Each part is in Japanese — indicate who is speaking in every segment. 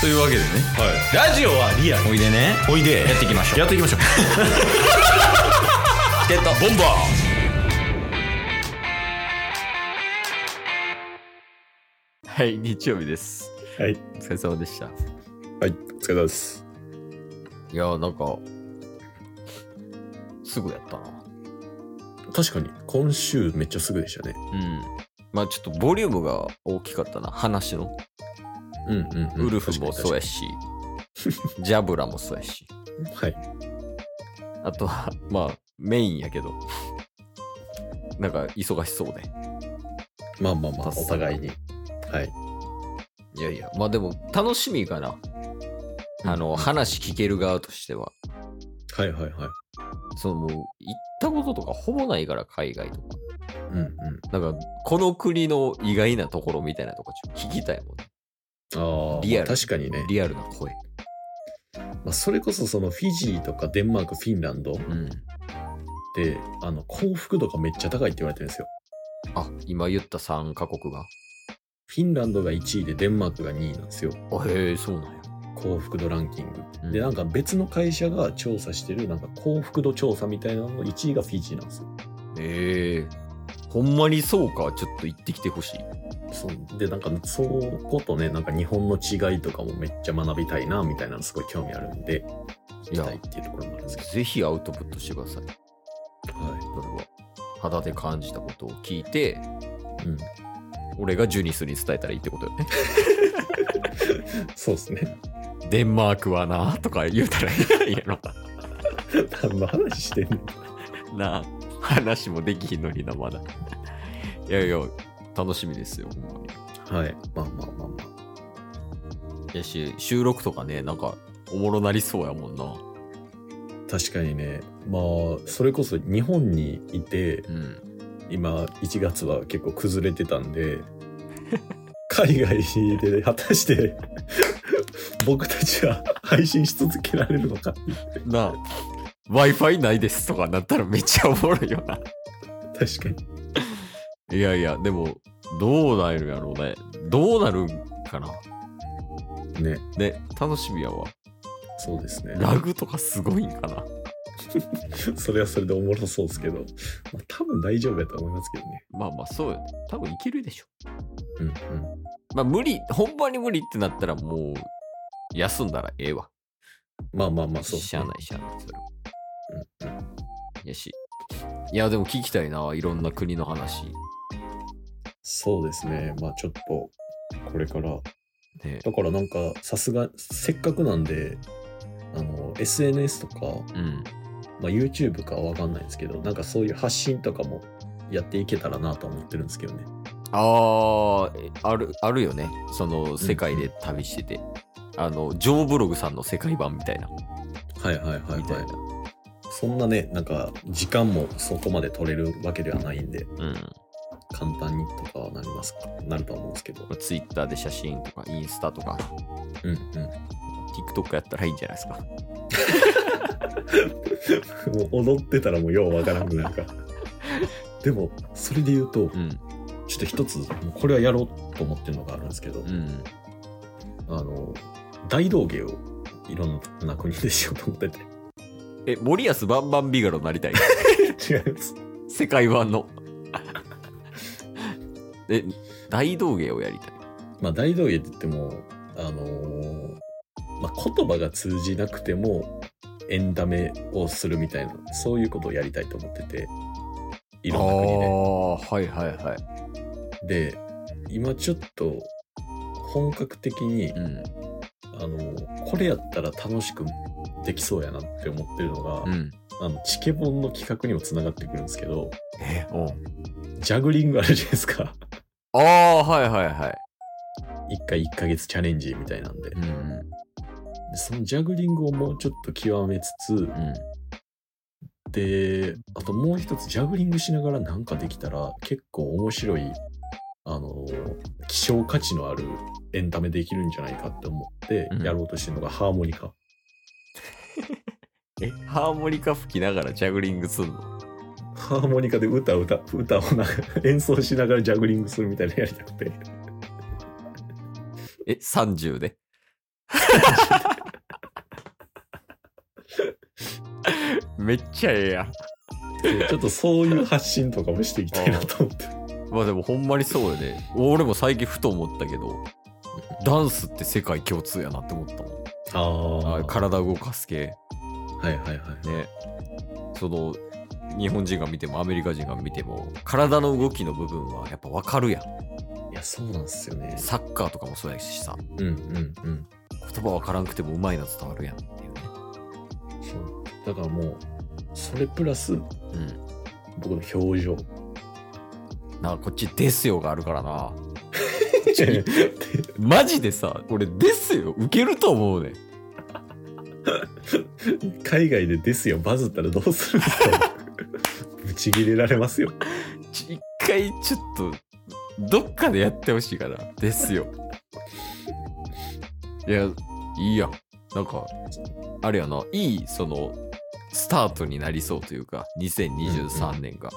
Speaker 1: というわけでね
Speaker 2: ラジオはリアル
Speaker 1: おいでね
Speaker 2: おいで
Speaker 1: やっていきましょう
Speaker 2: やっていき ましょう
Speaker 1: チケットボンバーはい日曜日です
Speaker 2: はい
Speaker 1: お疲れ様でした
Speaker 2: はいお疲れ様です
Speaker 1: いやーなんかすぐやったな
Speaker 2: 確かに今週めっちゃすぐでしたね
Speaker 1: うんまあちょっとボリュームが大きかったな話の
Speaker 2: うんうん、
Speaker 1: ウルフもそう
Speaker 2: や
Speaker 1: やしジャブラもそうやし
Speaker 2: はい
Speaker 1: あとは まあメインやけどなんか忙しそうで
Speaker 2: まあまあまあ
Speaker 1: そう
Speaker 2: お互いにはい
Speaker 1: いやいや、まあでも楽しみかな。あの、話聞ける側としては。
Speaker 2: はいはいはい
Speaker 1: そのもう、行ったこととかほぼないから、海外とか。
Speaker 2: うんうん
Speaker 1: なんか、この国の意外なところみたいなとこちょっと聞きたいもんね。
Speaker 2: ああ
Speaker 1: リアル
Speaker 2: 確かにね、
Speaker 1: リアルな声。
Speaker 2: まあ、それこそそのフィジーとかデンマークフィンランドっ
Speaker 1: うん。
Speaker 2: てあの幸福度がめっちゃ高いって言われてるんですよ
Speaker 1: あ、今言った3カ国が。
Speaker 2: フィンランドが1位でデンマークが2位なんですよ
Speaker 1: あ、へえ、そうなんや。
Speaker 2: 幸福度ランキング、
Speaker 1: うん
Speaker 2: でなんか別の会社が調査してるなんか幸福度調査みたいなのの1位がフィジーなんですよ
Speaker 1: へえ。ほんまにそうか、ちょっと行ってきてほしい。
Speaker 2: そうでなんかそことねなんか日本の違いとかもめっちゃ学びたいなみたいなのすごい興味あるんで行きたいっていうところもあるんですけ
Speaker 1: ぜひアウトプットしてください。
Speaker 2: どは
Speaker 1: それは。肌で感じたことを聞いて、
Speaker 2: い、うん、
Speaker 1: 俺がジュニスに伝えたらいいってことよね。
Speaker 2: そうです ね
Speaker 1: デンマークはなとか言うたらいいやろ
Speaker 2: 何の話してんの
Speaker 1: なあ話もできひんのになまだいやいや楽しみですよほんまに
Speaker 2: はいまあまあまあまあ
Speaker 1: やし収録とかねなんかおもろなりそうやもんな
Speaker 2: 確かにねまあそれこそ日本にいて
Speaker 1: うん
Speaker 2: 今1月は結構崩れてたん で海外で果たして僕たちは配信し続けられるのか
Speaker 1: なあ w i f i ないですとかなったらめっちゃおもろいよな
Speaker 2: 確かに
Speaker 1: いやいやでもどうなるやろうねどうなるんかな
Speaker 2: ね
Speaker 1: ね楽しみやわ
Speaker 2: そうですね
Speaker 1: ラグとかすごいんかな
Speaker 2: それはそれでおもろそうですけど、まあ、多分大丈夫やと思いますけどね
Speaker 1: まあまあそうよね多分いけるでしょ
Speaker 2: うん
Speaker 1: まあ無理、ほんまに無理ってなったらもう、休んだらええわ。
Speaker 2: うんまあまあまあそう
Speaker 1: しゃあないしゃあない、それは。
Speaker 2: うんうん
Speaker 1: やし。いや、でも聞きたいな、いろんな国の話。
Speaker 2: そうですねまあちょっとこれから
Speaker 1: ね
Speaker 2: だからなんかさすがせっかくなんであの SNS とか、
Speaker 1: うん。
Speaker 2: まあ、YouTube かわかんないですけどなんかそういう発信とかもやっていけたらなと思ってるんですけどね
Speaker 1: あー、えある、あるよね。その、世界で旅してて。あの、ジョーブログさんの世界版みたいな。
Speaker 2: はいはいはい
Speaker 1: みた
Speaker 2: はいい
Speaker 1: な。
Speaker 2: そんなねなんか時間もそこまで取れるわけではないんで
Speaker 1: うん。
Speaker 2: 簡単にとかはなりますかなるとは思うんですけど
Speaker 1: ツイッターで写真とか、インスタとか、
Speaker 2: うんうん
Speaker 1: TikTok やったらいいんじゃないですか。
Speaker 2: もう踊ってたらもうようわからんくなるからでもそれで言うと
Speaker 1: うん。
Speaker 2: ちょっと一つもうこれはやろうと思ってるのがあるんですけど、
Speaker 1: うん。
Speaker 2: あの大道芸をいろんな国でしようと思ってて
Speaker 1: え、森保バンバンビガロになりたい。
Speaker 2: 違います
Speaker 1: 世界版 の。え、大道芸をやりたい。
Speaker 2: まあ大道芸って言ってもあのーまあ、言葉が通じなくてもエンタメをするみたいなそういうことをやりたいと思ってていろんな国で。
Speaker 1: 国で。はいはいはい。
Speaker 2: で今ちょっと本格的に
Speaker 1: うん。
Speaker 2: あのこれやったら楽しくできそうやなって思ってるのが、
Speaker 1: うん。
Speaker 2: あのチケボンの企画にもつながってくるんですけど
Speaker 1: え、お
Speaker 2: ジャグリングあるじゃないですか
Speaker 1: ああ、はいはいはい。
Speaker 2: 1回1ヶ月チャレンジみたいなんで
Speaker 1: うん。
Speaker 2: でそのジャグリングをもうちょっと極めつつ
Speaker 1: うん。
Speaker 2: であともう一つジャグリングしながらなんかできたら結構面白いあの希少価値のあるエンタメできるんじゃないかって思って
Speaker 1: うん
Speaker 2: やろうとしてるのがハーモニカ、
Speaker 1: え、ハーモニカ吹きながらジャグリングすんの
Speaker 2: ハーモニカで歌歌歌をな演奏しながら ジャグリングするみたいなのやりたくて
Speaker 1: え、30で。めっちゃええやん。
Speaker 2: ちょっとそういう発信とかもしていきたいなと思って。
Speaker 1: まあでもほんまにそうよね。俺も最近ふと思ったけど、ダンスって世界共通やなって思ったもん。
Speaker 2: あ
Speaker 1: あ
Speaker 2: あ
Speaker 1: ー体動かす系。
Speaker 2: はいはいはい。
Speaker 1: ね。その、日本人が見てもアメリカ人が見ても、体の動きの部分はやっぱわかるやん。
Speaker 2: いや、そうなんですよね。
Speaker 1: サッカーとかもそうやしさ、
Speaker 2: うんうんうん。
Speaker 1: 言葉わからんくてもうまいな伝わるやんっていうね。
Speaker 2: そうだからもう、それプラス僕の表情。
Speaker 1: うん。なあこっちですよがあるからな。
Speaker 2: ちょ
Speaker 1: マジでさ、俺ですよ、ウケると思うねん。
Speaker 2: 海外でですよ、バズったらどうするんです かぶち切れられますよ。
Speaker 1: ち一回ちょっと、どっかでやってほしいかな。ですよ。いや、いいやん。なんか、あれやな、いい、その、スタートになりそうというか、2023年が。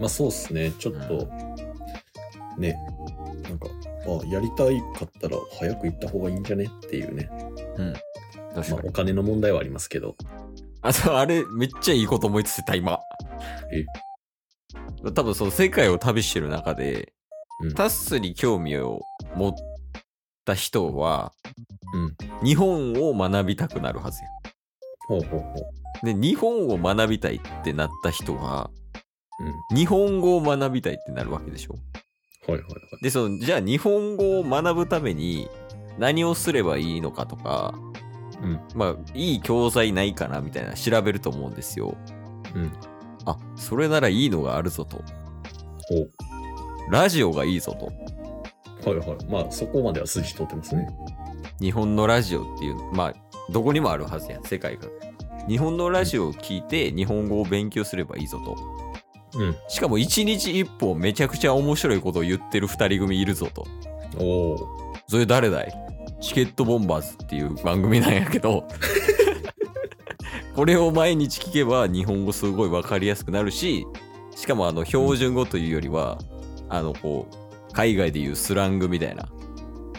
Speaker 2: まあそうっすね、ちょっと、ね、なんか、あやりたいかったら早く行った方がいいんじゃねっていうね。
Speaker 1: 確
Speaker 2: まあ
Speaker 1: かに。
Speaker 2: お金の問題はありますけど。
Speaker 1: あそうあれ、めっちゃいいこと思いついた、今。
Speaker 2: え
Speaker 1: 多分その世界を旅してる中で、
Speaker 2: うん
Speaker 1: タッスに興味を持った人は、
Speaker 2: うん
Speaker 1: 日本を学びたくなるはずや。
Speaker 2: ほうほうほう。
Speaker 1: で、日本を学びたいってなった人は、
Speaker 2: うん。
Speaker 1: 日本語を学びたいってなるわけでしょ
Speaker 2: はいはいはい。
Speaker 1: で、その、じゃあ日本語を学ぶために何をすればいいのかとか、
Speaker 2: うん
Speaker 1: まあ、いい教材ないかなみたいな調べると思うんですよ。
Speaker 2: うん。
Speaker 1: あ、それならいいのがあるぞと。
Speaker 2: ほう。
Speaker 1: ラジオがいいぞと。
Speaker 2: はいはい。まあそこまでは筋通ってますね。
Speaker 1: 日本のラジオっていう、まあ、どこにもあるはずやん、世界が。日本のラジオを聞いて日本語を勉強すればいいぞと。
Speaker 2: うん。
Speaker 1: しかも一日一本めちゃくちゃ面白いことを言ってる二人組いるぞと。
Speaker 2: おお。
Speaker 1: それ誰だいチケットボンバーズっていう番組なんやけどこれを毎日聞けば日本語すごい分かりやすくなるししかもあの標準語というよりは、あのこう海外でいうスラングみたいな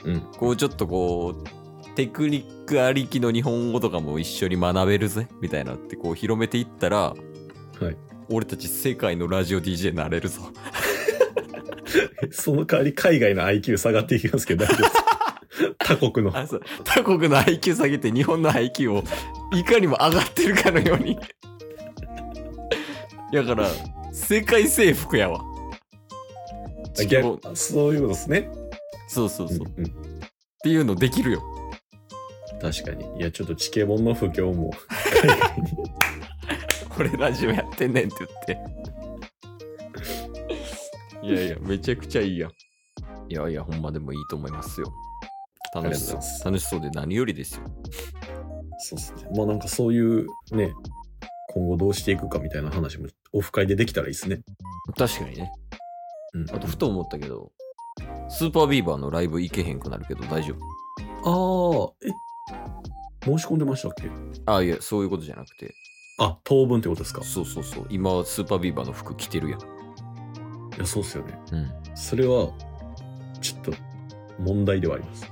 Speaker 2: うん。
Speaker 1: こうちょっとこうテクニックありきの日本語とかも一緒に学べるぜみたいなってこう広めていったら
Speaker 2: はい。
Speaker 1: 俺たち世界のラジオ DJ になれるぞ
Speaker 2: その代わり海外の IQ 下がっていきますけど、大丈夫 ですか他国の。
Speaker 1: あそう他国の IQ 下げて日本の IQ をいかにも上がってるかのようにだから世界征服やわ
Speaker 2: 逆そういうことですね。
Speaker 1: そうそうそう、っ
Speaker 2: うんうん
Speaker 1: ていうのできるよ
Speaker 2: 確かに。いや、ちょっとチケボンの不況も海外に。
Speaker 1: 俺ラジオやってんねんって言っていやいやめちゃくちゃいいやんいやいやほんまでもいいと思いますよ楽し
Speaker 2: ありがとうござ
Speaker 1: そ
Speaker 2: いうます
Speaker 1: 楽しそうで何よりですよ
Speaker 2: そうですね。まあなんかそういうね、今後どうしていくかみたいな話もオフ会でできたらいいですね。
Speaker 1: 確かにね
Speaker 2: うん。
Speaker 1: あとふと思ったけどスーパービーバーのライブ行けへんくなるけど大丈夫
Speaker 2: ああ、え、申し込んでましたっけ
Speaker 1: あいやそういうことじゃなくて
Speaker 2: あ、当分ってことですか。
Speaker 1: そうそうそう今スーパービーバーの服着てるやん、
Speaker 2: いや、そうっすよね。
Speaker 1: うん、
Speaker 2: それは、ちょっと、問題ではあります。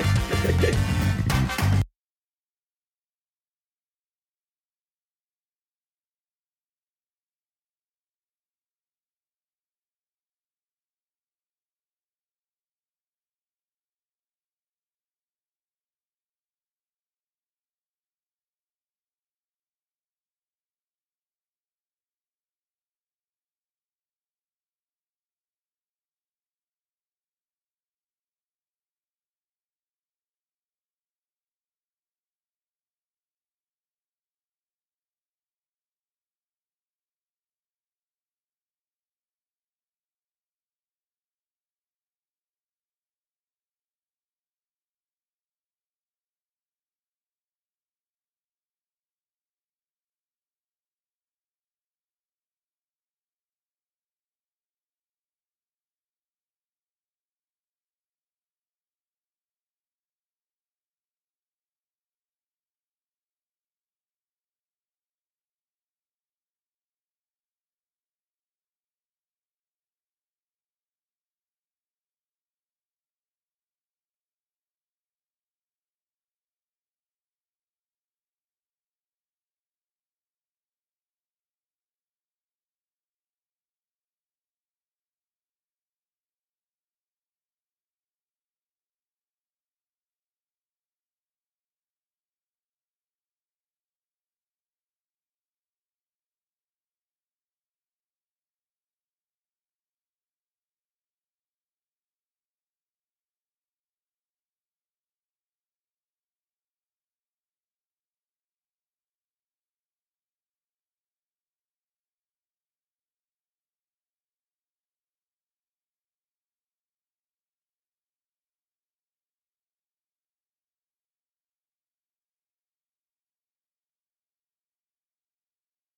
Speaker 3: す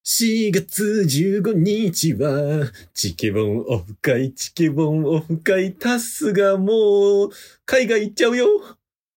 Speaker 2: 4月15日は、チケボンオフ会、チケボンオフ会、タスがもう、海外行っちゃうよ。